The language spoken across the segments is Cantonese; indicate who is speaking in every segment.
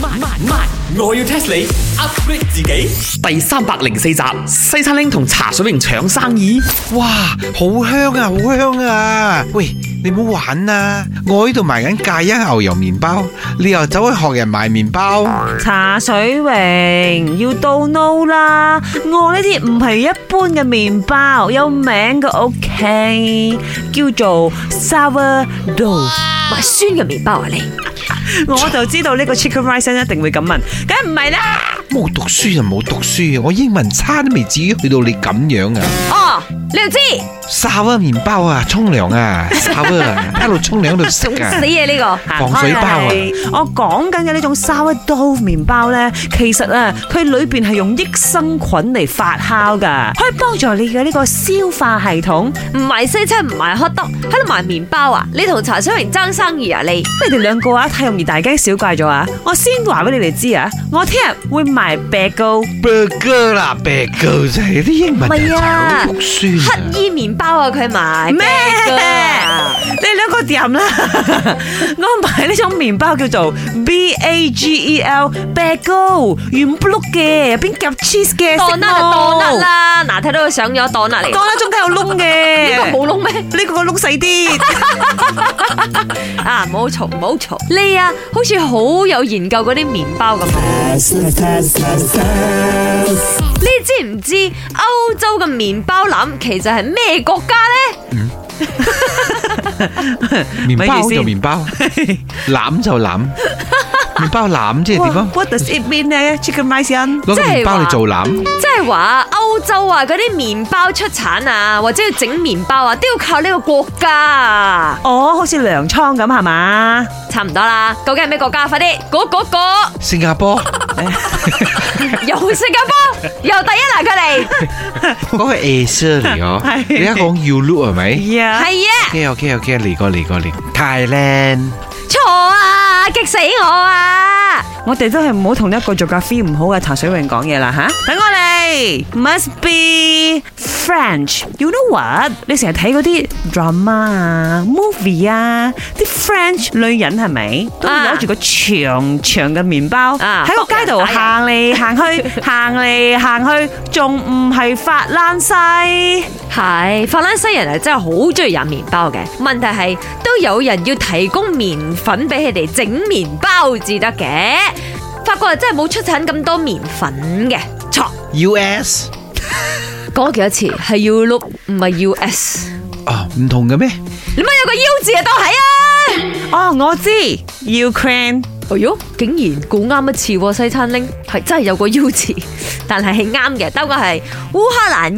Speaker 1: 慢慢慢，我要 test 你 upgrade 自己。
Speaker 2: 第三百零四集，西餐廳同茶水榮搶生意。
Speaker 3: 哇，好香啊，好香啊！喂，你唔好玩啊！我呢度賣緊芥因牛油麵包，你又走去學人賣麵包，
Speaker 4: 茶水榮要到 no 啦！我呢啲唔係一般嘅麵包，有名嘅 OK，叫做 sour dough。
Speaker 5: 買酸嘅麵包啊你，
Speaker 4: 我就知道呢個 chicken rice 一定會咁問，梗唔係啦。
Speaker 3: 冇讀書就冇讀書，我英文差都未至於去到你咁樣啊！
Speaker 5: 哦，你又知
Speaker 3: 沙威麵包啊，沖涼啊，沙威啊，一路沖涼一路食啊
Speaker 5: 死！嘢呢
Speaker 3: 防水包啊
Speaker 4: 我講緊嘅呢種 sourdough 麵包呢，其實啊，佢裏邊係用益生菌嚟發酵噶，可以幫助你嘅呢個消化系統。
Speaker 5: 個，唔賣西餐唔賣 hot dog，喺度賣麵包啊！你同茶水榮爭生意啊你，
Speaker 4: 你哋兩個啊，太容易大驚小怪咗啊！我先話俾你哋知啊，我聽日會賣餅糕。
Speaker 3: burger 啦，burger 就係啲英文就
Speaker 5: 唔係啊
Speaker 3: 係讀書啊
Speaker 5: 乞衣麵包啊佢賣
Speaker 4: 咩
Speaker 5: 餅啊？
Speaker 4: 你兩個掂啦！ 我買呢種麵包叫做 B A G E L 餅糕，圓碌碌嘅，入邊夾 cheese 嘅。
Speaker 5: 當
Speaker 4: 食
Speaker 5: 啦就
Speaker 4: 咯
Speaker 5: 當啦啊啦，嗱睇到佢上咗當啦嚟，啊
Speaker 4: 當啦中間有窿嘅。
Speaker 5: 呢個冇窿咩？
Speaker 4: 呢個個窿細啲，
Speaker 5: 啊，唔好嘈，唔好嘈！你啊，好似好有研究嗰啲麵包咁啊！你知唔知歐洲嘅麵包籃其實係咩國家呢？
Speaker 3: 麵包
Speaker 4: 咪住
Speaker 3: 就
Speaker 4: 先
Speaker 3: 麵包，攬就攬，麵包攬即係點啊？
Speaker 4: What does it mean 咧？Chicken rice in
Speaker 3: 攞個麵包
Speaker 5: 即係話
Speaker 3: 嚟做攬，
Speaker 5: 即係話歐洲啊，嗰啲麵包出產啊，或者要整麵包啊，都要靠呢個國家啊，
Speaker 4: 哦，好似糧倉咁係嘛？
Speaker 5: 差唔多啦。究竟係咩國家？快啲，嗰嗰嗰
Speaker 3: 新加坡
Speaker 5: 又新加坡，又第一啦！佢哋
Speaker 3: 嗰個 Asia 嚟
Speaker 4: 係
Speaker 3: 嗬，你而家講 U Look 係 咪
Speaker 4: 呀，
Speaker 5: 係啊，
Speaker 3: ？OK OK OK，嚟過嚟過嚟，Thailand
Speaker 5: 錯啊，激死我啊！
Speaker 4: 我哋都係唔好同一個做咖啡唔好嘅茶水榮講嘢啦吓。等我嚟，must be French，you know what？你成日睇嗰啲 drama 啊、movie 啊，啲 French 女人係咪都會
Speaker 5: 啊
Speaker 4: 攞住個長長嘅麵包
Speaker 5: 啊
Speaker 4: 喺個街度
Speaker 5: 仆人
Speaker 4: 行嚟行去，啊 行嚟行去，仲唔係法蘭西？
Speaker 5: 係法蘭西人係真係好中意飲麵包嘅，問題係都有人要提供麵粉俾佢哋整麵包至得嘅。法國人啊真係冇出產咁多麵粉嘅，錯。
Speaker 3: US
Speaker 5: 講咗幾多次係 U 碌唔係 U S？
Speaker 3: 啊，唔同嘅咩？
Speaker 5: 你咪有個 U 字啊，當係啊！
Speaker 4: 哦，我知，Ukraine。
Speaker 5: 哎喲，竟然估啱一次喎，西餐拎係真係有個 U 字， 但係係啱嘅。兜個係烏克蘭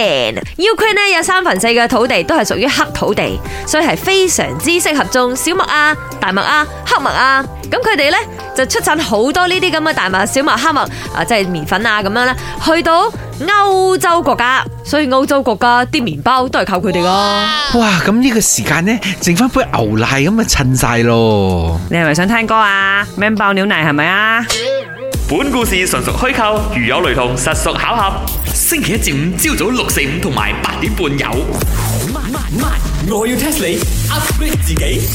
Speaker 5: Ukraine，Ukraine 呢有三分四嘅土地都係屬於黑土地，所以係非常之適合種小麥啊、大麥啊、黑麥啊。咁佢哋呢就出產好多呢啲咁嘅大麥、小麥、黑麥啊，即係麵粉啊咁樣啦，去到歐洲國家，所以歐洲國家啲麵包都係靠佢哋噶。
Speaker 3: 哇，咁呢個時間呢，剩翻杯牛奶咁啊，襯晒咯。
Speaker 4: 你係咪想聽歌啊？咩爆料奶係咪啊？
Speaker 1: 本故事純屬虛構，如有雷同，實屬巧合。星期一至五朝早六四五同埋八點半有。慢慢慢，我要 test 你 upgrade 自己。